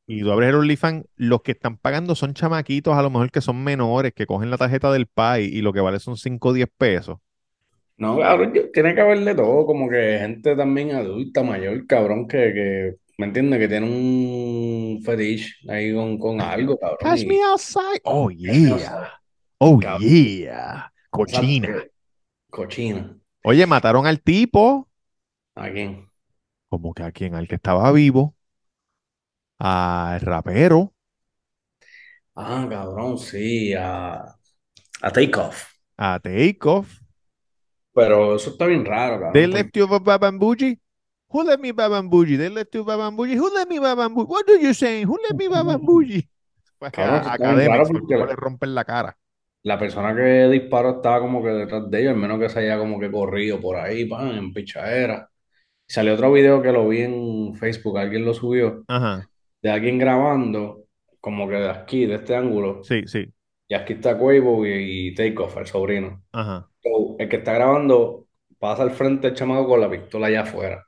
Speaker 2: Y tú abres el OnlyFans, los que están pagando son chamaquitos, a lo mejor que son menores, que cogen la tarjeta del PAI y lo que vale son 5 o 10 pesos.
Speaker 3: No, cabrón, yo- tiene que haber de todo, como que gente también adulta, mayor, cabrón, que, que me entiende, que tiene un fetiche ahí con, con algo, cabrón.
Speaker 2: Catch
Speaker 3: y-
Speaker 2: me outside. Oh,
Speaker 3: o
Speaker 2: yeah.
Speaker 3: sea,
Speaker 2: Oh,
Speaker 3: Cabrón.
Speaker 2: yeah.
Speaker 3: exacto,
Speaker 2: Cochina.
Speaker 3: que- cochina.
Speaker 2: Oye, mataron al tipo.
Speaker 3: ¿A quién?
Speaker 2: Como que a quien, al que estaba vivo, al rapero,
Speaker 3: Ah, cabrón, sí, a, a Takeoff.
Speaker 2: a Takeoff.
Speaker 3: Pero eso está bien raro, cabrón.
Speaker 2: They
Speaker 3: porque-
Speaker 2: left you Baban Bougie. Who left me Baban Bougie? They left you Baban Bougie. Who left me Baban Bougie? What do you saying? Who left me [laughs] Baban Bougie? Pues
Speaker 3: Cabrón, eso
Speaker 2: a,
Speaker 3: está bien
Speaker 2: academics,
Speaker 3: raro
Speaker 2: porque
Speaker 3: porque
Speaker 2: no
Speaker 3: la,
Speaker 2: le rompen la cara.
Speaker 3: la persona que disparó estaba como que detrás de ellos, al menos que se haya como que corrido por ahí, pan, en pichadera. Salió otro video que lo vi en Facebook, alguien lo subió.
Speaker 2: Ajá.
Speaker 3: de alguien grabando, como que de aquí, de este ángulo,
Speaker 2: Sí, sí.
Speaker 3: y aquí está Quavo y, y Takeoff, el sobrino.
Speaker 2: Ajá.
Speaker 3: So, el que está grabando pasa al frente del chamaco con la pistola allá afuera,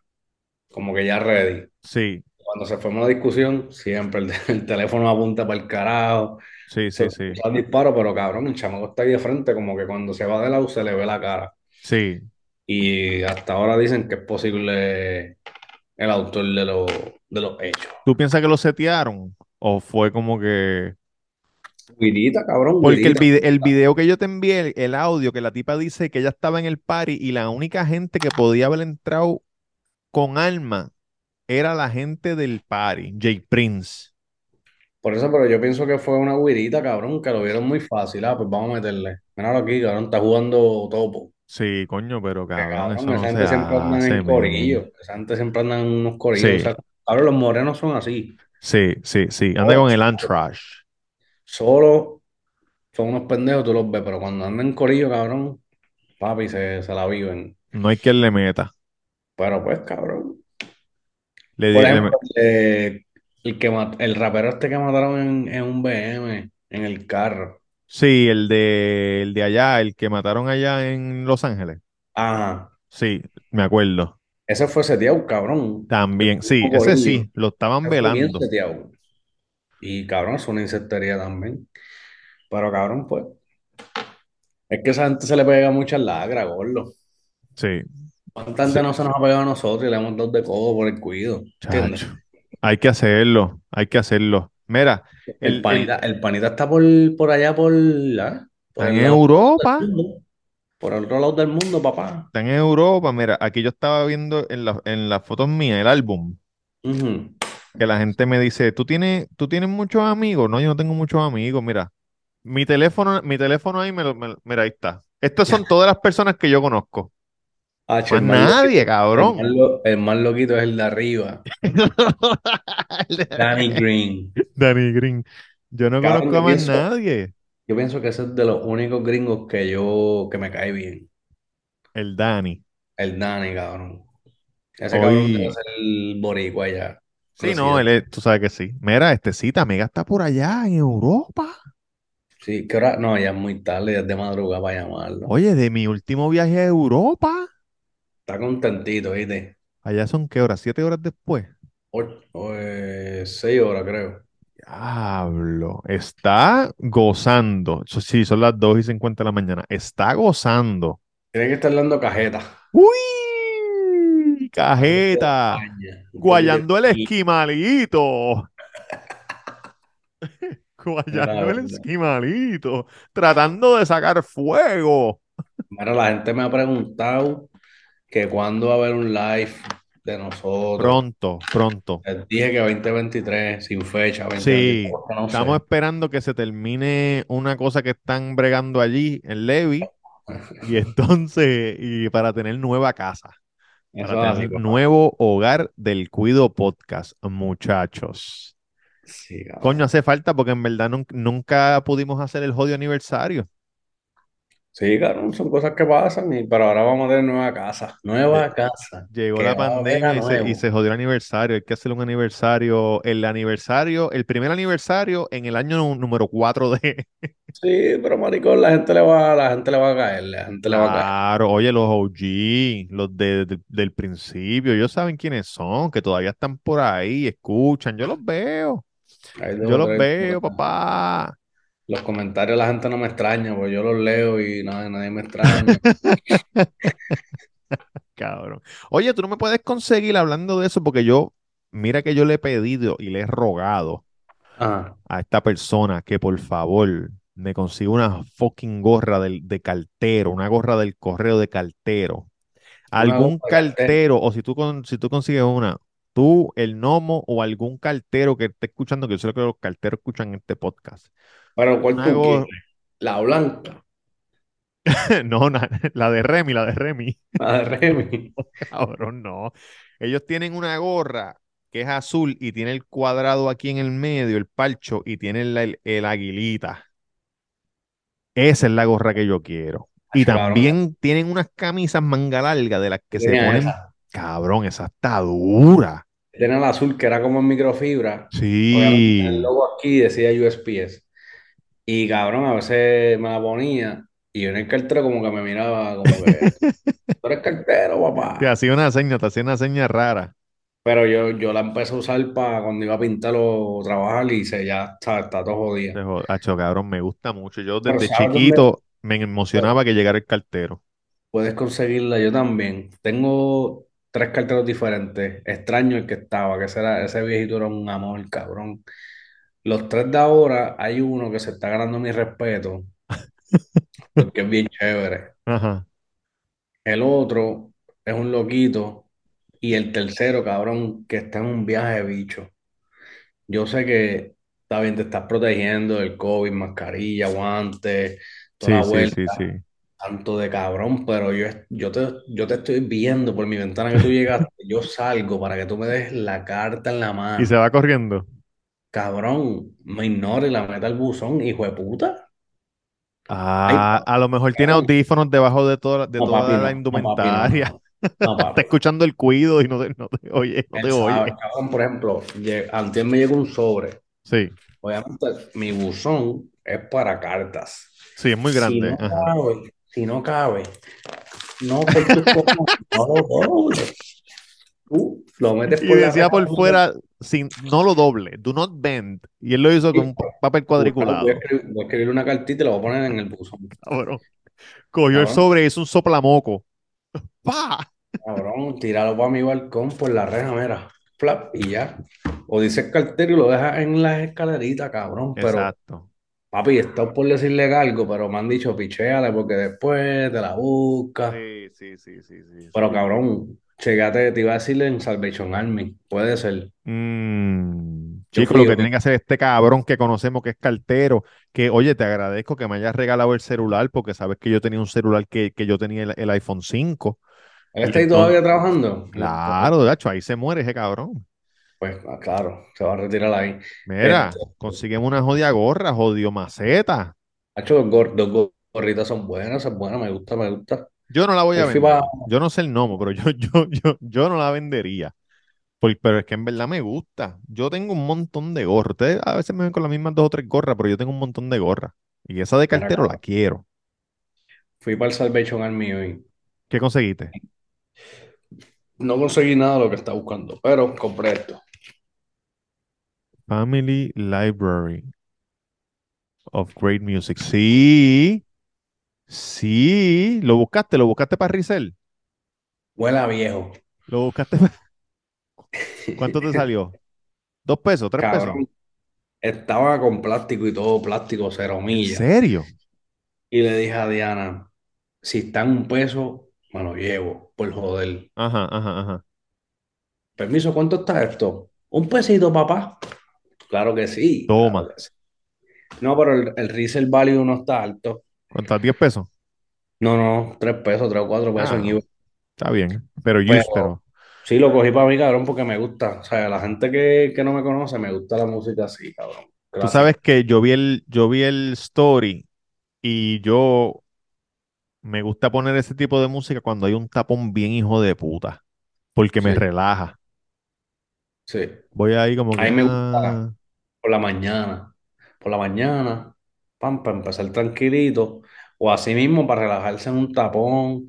Speaker 3: como que ya ready.
Speaker 2: Sí,
Speaker 3: Cuando se forma la discusión, siempre el, [laughs] el teléfono apunta para el carajo,
Speaker 2: sí,
Speaker 3: se
Speaker 2: sí, sí.
Speaker 3: escucha el disparo, pero cabrón, el chamaco está ahí de frente, como que cuando se va de lado se le ve la cara.
Speaker 2: Sí.
Speaker 3: Y hasta ahora dicen que es posible el autor de, lo- de los hechos.
Speaker 2: ¿Tú piensas que lo setearon? ¿O fue como que...?
Speaker 3: Guirita, cabrón,
Speaker 2: Porque el,
Speaker 3: guirita.
Speaker 2: vide- el video que yo te envié, el, el audio que la tipa dice que ella estaba en el party y la única gente que podía haber entrado con alma era la gente del party, Jay Prince.
Speaker 3: Por eso, pero yo pienso que fue una guirita, cabrón, que lo vieron muy fácil. Ah, pues vamos a meterle. Míralo aquí, cabrón, está jugando topo.
Speaker 2: Sí, coño, pero
Speaker 3: Que,
Speaker 2: cabrón,
Speaker 3: cabrón,
Speaker 2: eso no
Speaker 3: esa
Speaker 2: se
Speaker 3: gente siempre andan
Speaker 2: hace,
Speaker 3: en
Speaker 2: men.
Speaker 3: corillos. Esa gente siempre andan en unos corillos.
Speaker 2: Sí.
Speaker 3: O sea, ahora los morenos son así.
Speaker 2: Sí, sí, sí. Anda
Speaker 3: Oh.
Speaker 2: con el antrash.
Speaker 3: Solo son unos pendejos, tú los ves, pero cuando andan en corillo, cabrón, papi, se, se la viven.
Speaker 2: No hay quien le meta.
Speaker 3: Pero pues, cabrón.
Speaker 2: Le, di-
Speaker 3: Por
Speaker 2: le
Speaker 3: ejemplo,
Speaker 2: me-
Speaker 3: eh, el que mat- el rapero este que mataron en, en un BM, en el carro.
Speaker 2: Sí, el de, el de allá, el que mataron allá en Los Ángeles.
Speaker 3: Ajá.
Speaker 2: Sí, me acuerdo.
Speaker 3: Ese fue seteado, cabrón.
Speaker 2: También, sí,
Speaker 3: Como
Speaker 2: ese
Speaker 3: corillo.
Speaker 2: sí, lo estaban
Speaker 3: Ese fue bien
Speaker 2: velando.
Speaker 3: seteado. Y cabrón, es una insectería también. Pero cabrón, pues. Es que esa gente se le pega muchas lacras, gordo.
Speaker 2: Sí,
Speaker 3: ¿Cuánta gente
Speaker 2: Sí.
Speaker 3: no se nos ha pegado a nosotros y le hemos dado de codo por el cuido? ¿Entiendes?
Speaker 2: chacho. Hay que hacerlo, hay que hacerlo. Mira, el,
Speaker 3: El
Speaker 2: el-
Speaker 3: panita, el panita está por, por allá, por, ¿ah? por
Speaker 2: está en
Speaker 3: el lado del
Speaker 2: Europa,
Speaker 3: mundo. Por el otro lado del mundo, papá.
Speaker 2: está en Europa. Mira, aquí yo estaba viendo en, la- en las fotos mías el álbum,
Speaker 3: Ujú.
Speaker 2: que la gente me dice, ¿tú tienes, tú tienes muchos amigos? No, yo no tengo muchos amigos, mira. Mi teléfono, mi teléfono ahí, me lo- me lo- mira, ahí está. Estas son todas las personas que yo conozco.
Speaker 3: Hacho,
Speaker 2: Más
Speaker 3: Ah,
Speaker 2: Pues
Speaker 3: el más loquito,
Speaker 2: nadie,
Speaker 3: el más
Speaker 2: cabrón.
Speaker 3: lo- el más loquito es el de arriba, Danny Green.
Speaker 2: [laughs] Danny Green. Yo no
Speaker 3: Cabrón,
Speaker 2: conozco a
Speaker 3: yo
Speaker 2: más
Speaker 3: pienso,
Speaker 2: nadie.
Speaker 3: yo pienso que ese es de los únicos gringos que yo, que me cae bien.
Speaker 2: El Danny.
Speaker 3: El Danny, cabrón. Ese cabrón debe
Speaker 2: Hoy.
Speaker 3: ser el boricua allá.
Speaker 2: Sí, no,
Speaker 3: Conocido.
Speaker 2: él es- tú sabes que sí. Mira, este cita, amiga está por allá en Europa.
Speaker 3: Sí, ¿qué hora? No, ya es muy tarde, ya es de madrugada para llamarlo.
Speaker 2: Oye, de mi último viaje a Europa.
Speaker 3: Está contentito, ¿viste?
Speaker 2: Allá son qué horas, siete horas después.
Speaker 3: Ocho, eh, seis horas, creo.
Speaker 2: Diablo. Está gozando. Eso sí, son las 2 y 50 de la mañana. Está gozando.
Speaker 3: Tiene que estar dando cajeta.
Speaker 2: ¡Uy!
Speaker 3: Un poquito de [laughs]
Speaker 2: Cajeta.
Speaker 3: caña, un poquito de
Speaker 2: Ah, Guayando el
Speaker 3: tequila. [laughs]
Speaker 2: esquimalito.
Speaker 3: Mira,
Speaker 2: Guayando el
Speaker 3: gordo.
Speaker 2: esquimalito. Tratando de sacar fuego.
Speaker 3: Mira, la gente me ha preguntado que cuándo va a haber un live de nosotros.
Speaker 2: Pronto, pronto.
Speaker 3: Les dije que 2023, sin fecha, 2023,
Speaker 2: Sí,
Speaker 3: no
Speaker 2: estamos
Speaker 3: [laughs] sé.
Speaker 2: esperando que se termine una cosa que están bregando allí en Levi y entonces, y para tener nueva casa,
Speaker 3: Eso
Speaker 2: para
Speaker 3: es así,
Speaker 2: tener
Speaker 3: papá.
Speaker 2: nuevo hogar del Cuido Podcast, muchachos.
Speaker 3: Sí,
Speaker 2: Coño,
Speaker 3: cabrón.
Speaker 2: hace falta porque en verdad nun- nunca pudimos hacer el jodido aniversario.
Speaker 3: Sí, cabrón, son cosas que pasan, y, pero ahora vamos a tener nueva casa.
Speaker 2: Lle-
Speaker 3: Nueva casa.
Speaker 2: Llegó
Speaker 3: Que
Speaker 2: la
Speaker 3: va a haber a
Speaker 2: pandemia y se, y
Speaker 3: nuevo.
Speaker 2: se jodió el aniversario. Hay que hacer un aniversario, el aniversario, el primer aniversario en el año nu- número 4
Speaker 3: [laughs]
Speaker 2: de...
Speaker 3: Sí, pero maricón, la gente le va, la gente le va a caer, la gente le va a caer.
Speaker 2: Claro, oye, los OG, los de- de- del principio, ellos saben quiénes son, que todavía están por ahí, escuchan, yo los veo,
Speaker 3: Hay dos
Speaker 2: yo
Speaker 3: o
Speaker 2: los
Speaker 3: tres
Speaker 2: veo,
Speaker 3: cosas.
Speaker 2: papá.
Speaker 3: Los comentarios la gente no me extraña, porque yo los leo y nadie, nadie
Speaker 2: [laughs]
Speaker 3: me extraña.
Speaker 2: Cabrón. Oye, tú no me puedes conseguir hablando de eso porque yo, mira que yo le he pedido y le he rogado
Speaker 3: Ajá.
Speaker 2: a esta persona que por favor me consiga una fucking gorra del- de cartero, una gorra del correo de cartero.
Speaker 3: Una
Speaker 2: algún
Speaker 3: gorra de cartero.
Speaker 2: cartero, o si tú, con, si tú consigues una, tú, el Nomo, o algún cartero que esté escuchando, que yo sé que los carteros escuchan este podcast. [laughs]
Speaker 3: Pero ¿cuál
Speaker 2: Una
Speaker 3: tú quieres?
Speaker 2: gorra,
Speaker 3: La blanca,
Speaker 2: no, na- la de Remy, la de Remy,
Speaker 3: la de Remy.
Speaker 2: cabrón, no. Ellos tienen una gorra que es azul y tiene el cuadrado aquí en el medio, el palcho, y tiene la- el, el aguilita. Esa es la gorra que yo quiero. Y
Speaker 3: Hacho, cabrón, eh.
Speaker 2: también tienen unas camisas manga larga de las que
Speaker 3: yo
Speaker 2: se
Speaker 3: tenía
Speaker 2: ponen,
Speaker 3: esa.
Speaker 2: cabrón, esa está dura.
Speaker 3: Yo Tenía la azul que era como en microfibra. Obviamente el
Speaker 2: Sí.
Speaker 3: logo aquí decía USPS. Y cabrón, a veces me la ponía y yo en el cartero como que me miraba como que, tú eres cartero,
Speaker 2: Te
Speaker 3: papá.
Speaker 2: hacía una seña, te hacía una seña rara.
Speaker 3: Pero yo, yo la empecé a usar para cuando iba a pintar o trabajar y se ya está, está todo jodida.
Speaker 2: Te jo- Acho, cabrón, me gusta mucho. Yo
Speaker 3: Pero
Speaker 2: desde
Speaker 3: ¿sabes dónde
Speaker 2: chiquito me emocionaba que llegara el cartero.
Speaker 3: puedes conseguirla? Yo también. Tengo tres carteros diferentes. Extraño el que estaba, que ese, era- ese viejito era un amor, cabrón. Los tres de ahora, hay uno que se está ganando mi respeto porque es bien chévere.
Speaker 2: Ajá.
Speaker 3: El otro es un loquito. Y el tercero, cabrón, que está en un viaje, bicho. Yo sé que está bien, te estás protegiendo del COVID, mascarilla, guantes,
Speaker 2: sí,
Speaker 3: toda la vuelta,
Speaker 2: sí, sí, sí.
Speaker 3: tanto de cabrón, pero yo, yo, te, yo te estoy viendo por mi ventana que tú llegaste, yo salgo para que tú me des la carta en la mano.
Speaker 2: Y se va corriendo.
Speaker 3: Cabrón, me ignore y la meta al buzón, hijo de puta.
Speaker 2: Ah, a lo mejor tiene
Speaker 3: cabrón.
Speaker 2: audífonos debajo de toda, de
Speaker 3: No,
Speaker 2: toda
Speaker 3: papi,
Speaker 2: la
Speaker 3: no. No, papi, no.
Speaker 2: indumentaria. [laughs]
Speaker 3: No, papi.
Speaker 2: Está escuchando el cuido y no te, no te oye, no
Speaker 3: Él
Speaker 2: te oye.
Speaker 3: sabe, cabrón, por ejemplo, lle- antes me llegó un sobre.
Speaker 2: Sí,
Speaker 3: Obviamente, mi buzón es para cartas.
Speaker 2: sí, es muy grande.
Speaker 3: Si no
Speaker 2: Ajá.
Speaker 3: cabe, si no cabe, no, por tus cojones, [laughs] no lo dobles. Tú lo metes
Speaker 2: Y
Speaker 3: por la
Speaker 2: decía por
Speaker 3: regadera.
Speaker 2: fuera, sin, no lo doble, do not bend. Y él lo hizo con un papel cuadriculado.
Speaker 3: Voy a escribir, voy a escribir una cartita y la voy a poner en el buzón.
Speaker 2: Cabrón. Cogió el
Speaker 3: Cabrón.
Speaker 2: sobre y hizo un soplamoco. [laughs] ¡Pa!
Speaker 3: Cabrón, tíralo para mi balcón por la reja, mira. Flap, y ya. O dices cartero y lo dejas en las escaleritas, cabrón. Pero,
Speaker 2: Exacto.
Speaker 3: papi, esto por decirle algo, pero me han dicho pichéale porque después te la buscas.
Speaker 2: Sí, sí, sí, sí, sí.
Speaker 3: Pero, cabrón, chégate, te iba a decirle en Salvation Army. Puede ser.
Speaker 2: Mm,
Speaker 3: Yo
Speaker 2: chico, lo que
Speaker 3: frío.
Speaker 2: tienen que hacer este cabrón que conocemos que es cartero, que oye, te agradezco que me hayas regalado el celular porque sabes que yo tenía un celular que, que yo tenía el, el iPhone 5.
Speaker 3: Él
Speaker 2: Y
Speaker 3: está ahí
Speaker 2: entonces-
Speaker 3: todavía trabajando.
Speaker 2: Claro, de hecho, ahí se muere ese cabrón.
Speaker 3: Pues ah, claro, se va a retirar ahí.
Speaker 2: Mira,
Speaker 3: Este,
Speaker 2: consígueme una jodia gorra, jodio maceta.
Speaker 3: Hacho, los, gor- los gor- gorritas son buenas, son buenas, me gusta, me gusta.
Speaker 2: Yo no la voy a
Speaker 3: Hoy fui
Speaker 2: vender.
Speaker 3: para.
Speaker 2: Yo no sé el nomo, pero [laughs] yo, yo, yo, yo no la vendería. Por- pero es que en verdad me gusta. Yo tengo un montón de gorras. Ustedes a veces me ven con las mismas dos o tres gorras, pero yo tengo un montón de gorras. Y esa de
Speaker 3: Mira,
Speaker 2: cartero la
Speaker 3: cabrón.
Speaker 2: quiero.
Speaker 3: Fui para el Salvation Army hoy.
Speaker 2: ¿Qué conseguiste?
Speaker 3: No conseguí nada de lo que estaba buscando, pero compré esto.
Speaker 2: Family Library of Great Music. Sí. Sí. Lo buscaste, lo buscaste para Rizel.
Speaker 3: Huele a viejo.
Speaker 2: Lo buscaste. pa- ¿Cuánto
Speaker 3: [laughs]
Speaker 2: te salió? ¿Dos pesos? ¿Tres pesos?
Speaker 3: Cabrón. Estaba con plástico y todo, plástico, cero
Speaker 2: ¿En
Speaker 3: millas.
Speaker 2: serio?
Speaker 3: Y le dije a Diana, si está en un peso, me lo llevo, por joder.
Speaker 2: Ajá, ajá, ajá.
Speaker 3: Permiso, ¿cuánto está esto? Un pesito, papá. Claro que sí. claro
Speaker 2: Toma.
Speaker 3: que sí. No, pero el, el resale value no está alto.
Speaker 2: ¿Cuántas? ¿Diez pesos?
Speaker 3: No, no, tres pesos, tres o cuatro pesos
Speaker 2: Ah,
Speaker 3: en eBay.
Speaker 2: Está bien. Pero,
Speaker 3: Pero-
Speaker 2: use, pero.
Speaker 3: Sí, lo cogí para mí, cabrón, porque me gusta. O sea, la gente que, que no me conoce, me gusta la música así, cabrón.
Speaker 2: Tú
Speaker 3: Gracias.
Speaker 2: sabes que yo vi el, yo vi el story y yo me gusta poner ese tipo de música cuando hay un tapón bien hijo de puta, porque me
Speaker 3: Sí.
Speaker 2: relaja.
Speaker 3: Sí,
Speaker 2: Voy ahí como
Speaker 3: A
Speaker 2: que,
Speaker 3: mí me gusta.
Speaker 2: ah,
Speaker 3: por la mañana. Por la mañana, pam, para empezar tranquilito. O así mismo para relajarse en un tapón.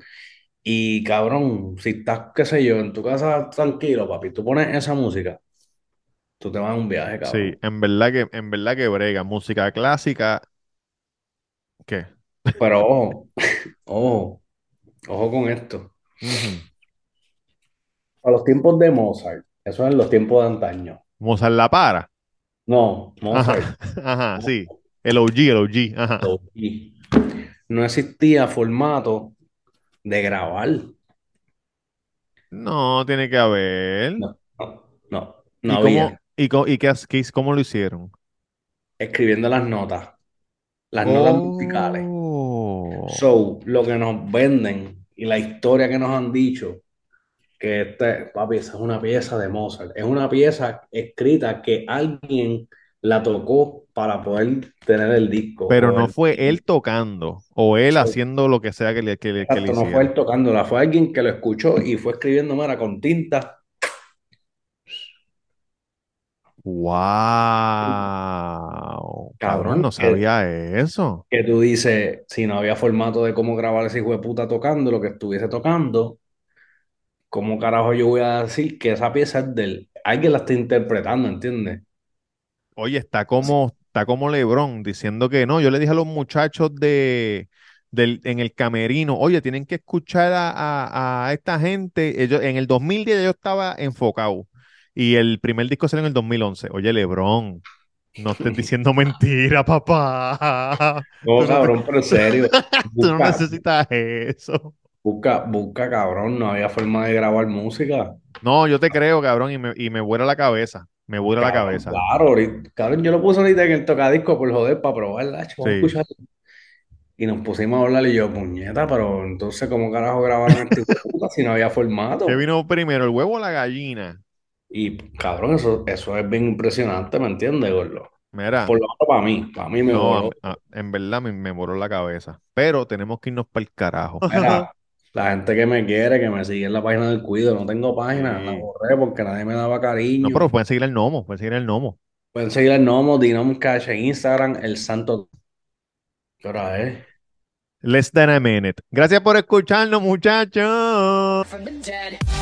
Speaker 3: Y cabrón, si estás, qué sé yo, en tu casa tranquilo, papi, tú pones esa música, tú te vas a un viaje,
Speaker 2: sí, [laughs]
Speaker 3: cabrón.
Speaker 2: en verdad que, en verdad que brega, música clásica, ¿qué?
Speaker 3: Pero ojo, ojo, ojo con esto.
Speaker 2: Ujú.
Speaker 3: A los tiempos de Mozart, eso es en los tiempos de antaño.
Speaker 2: Mozart La Para, [laughs]
Speaker 3: No, Mozart.
Speaker 2: ajá, ajá, sí, el OG, el OG, ajá,
Speaker 3: Y No existía formato de grabar.
Speaker 2: no, tiene que haber,
Speaker 3: No, no, no,
Speaker 2: ¿y
Speaker 3: no
Speaker 2: cómo,
Speaker 3: había.
Speaker 2: y, co- y qué, as- qué- cómo lo hicieron?
Speaker 3: Escribiendo las notas, las notas Ah, musicales.
Speaker 2: Oh.
Speaker 3: So, lo que nos venden y la historia que nos han dicho, que este, papi, esa es una pieza de Mozart. Es una pieza escrita que alguien la tocó para poder tener el disco.
Speaker 2: Pero
Speaker 3: o
Speaker 2: no
Speaker 3: el-
Speaker 2: fue él tocando o él
Speaker 3: So,
Speaker 2: haciendo lo que sea que le, que le- que le
Speaker 3: Exacto, no fue
Speaker 2: hicieron.
Speaker 3: él tocándola, fue alguien que lo escuchó y fue escribiendo, mira, con tinta.
Speaker 2: ¡Wow! Cabrón,
Speaker 3: Cabrón,
Speaker 2: no
Speaker 3: que-
Speaker 2: sabía eso.
Speaker 3: Que tú dices, si no había formato de cómo grabar ese hijo de puta tocando lo que estuviese tocando, ¿cómo carajo yo voy a decir que esa pieza es del... Alguien la está interpretando, ¿entiendes?
Speaker 2: Oye, está como, está como LeBron diciendo que no. Yo le dije a los muchachos de, del, en el camerino, oye, tienen que escuchar a, a- a esta gente. Ellos, en el 2010 yo estaba enfocado y el primer disco salió en el 2011. Oye, LeBron, no estés [laughs] diciendo mentira, papá.
Speaker 3: No,
Speaker 2: Tú no te-
Speaker 3: cabrón, pero en
Speaker 2: [laughs]
Speaker 3: serio.
Speaker 2: Tú no
Speaker 3: Busca,
Speaker 2: necesitas eso.
Speaker 3: busca, busca, cabrón, no había forma de grabar música.
Speaker 2: No, yo te creo, cabrón, y me, y me vuela la cabeza. Me vuela la cabeza.
Speaker 3: Claro, ahorita- cabrón, yo lo puse ahorita en el tocadisco por joder, para probarla, chico, vamos a
Speaker 2: Sí.
Speaker 3: escucharla. Y nos pusimos a hablar y yo, puñeta, pero entonces, ¿cómo carajo grabaron este hijo de puta si no había formato?
Speaker 2: ¿Qué vino primero, el huevo o la gallina?
Speaker 3: Y cabrón, eso, eso es bien impresionante, ¿me entiendes, gordo?
Speaker 2: Mira,
Speaker 3: Por lo menos para mí, para mí me
Speaker 2: no,
Speaker 3: voló.
Speaker 2: a- a- en verdad me, me voló la cabeza. Pero tenemos que irnos para el carajo.
Speaker 3: Mira, la gente que me quiere, que me sigue en la página del Cuido, no tengo página,
Speaker 2: Sí.
Speaker 3: la borré porque nadie me daba
Speaker 2: No,
Speaker 3: cariño.
Speaker 2: pero pueden seguir el gnomo, pueden seguir el gnomo.
Speaker 3: Pueden seguir el Nomo, Dinamo Cash en Instagram, el Santo. ¿Qué hora es?
Speaker 2: Less than a minute. Gracias por escucharnos, muchachos.
Speaker 1: from the dead.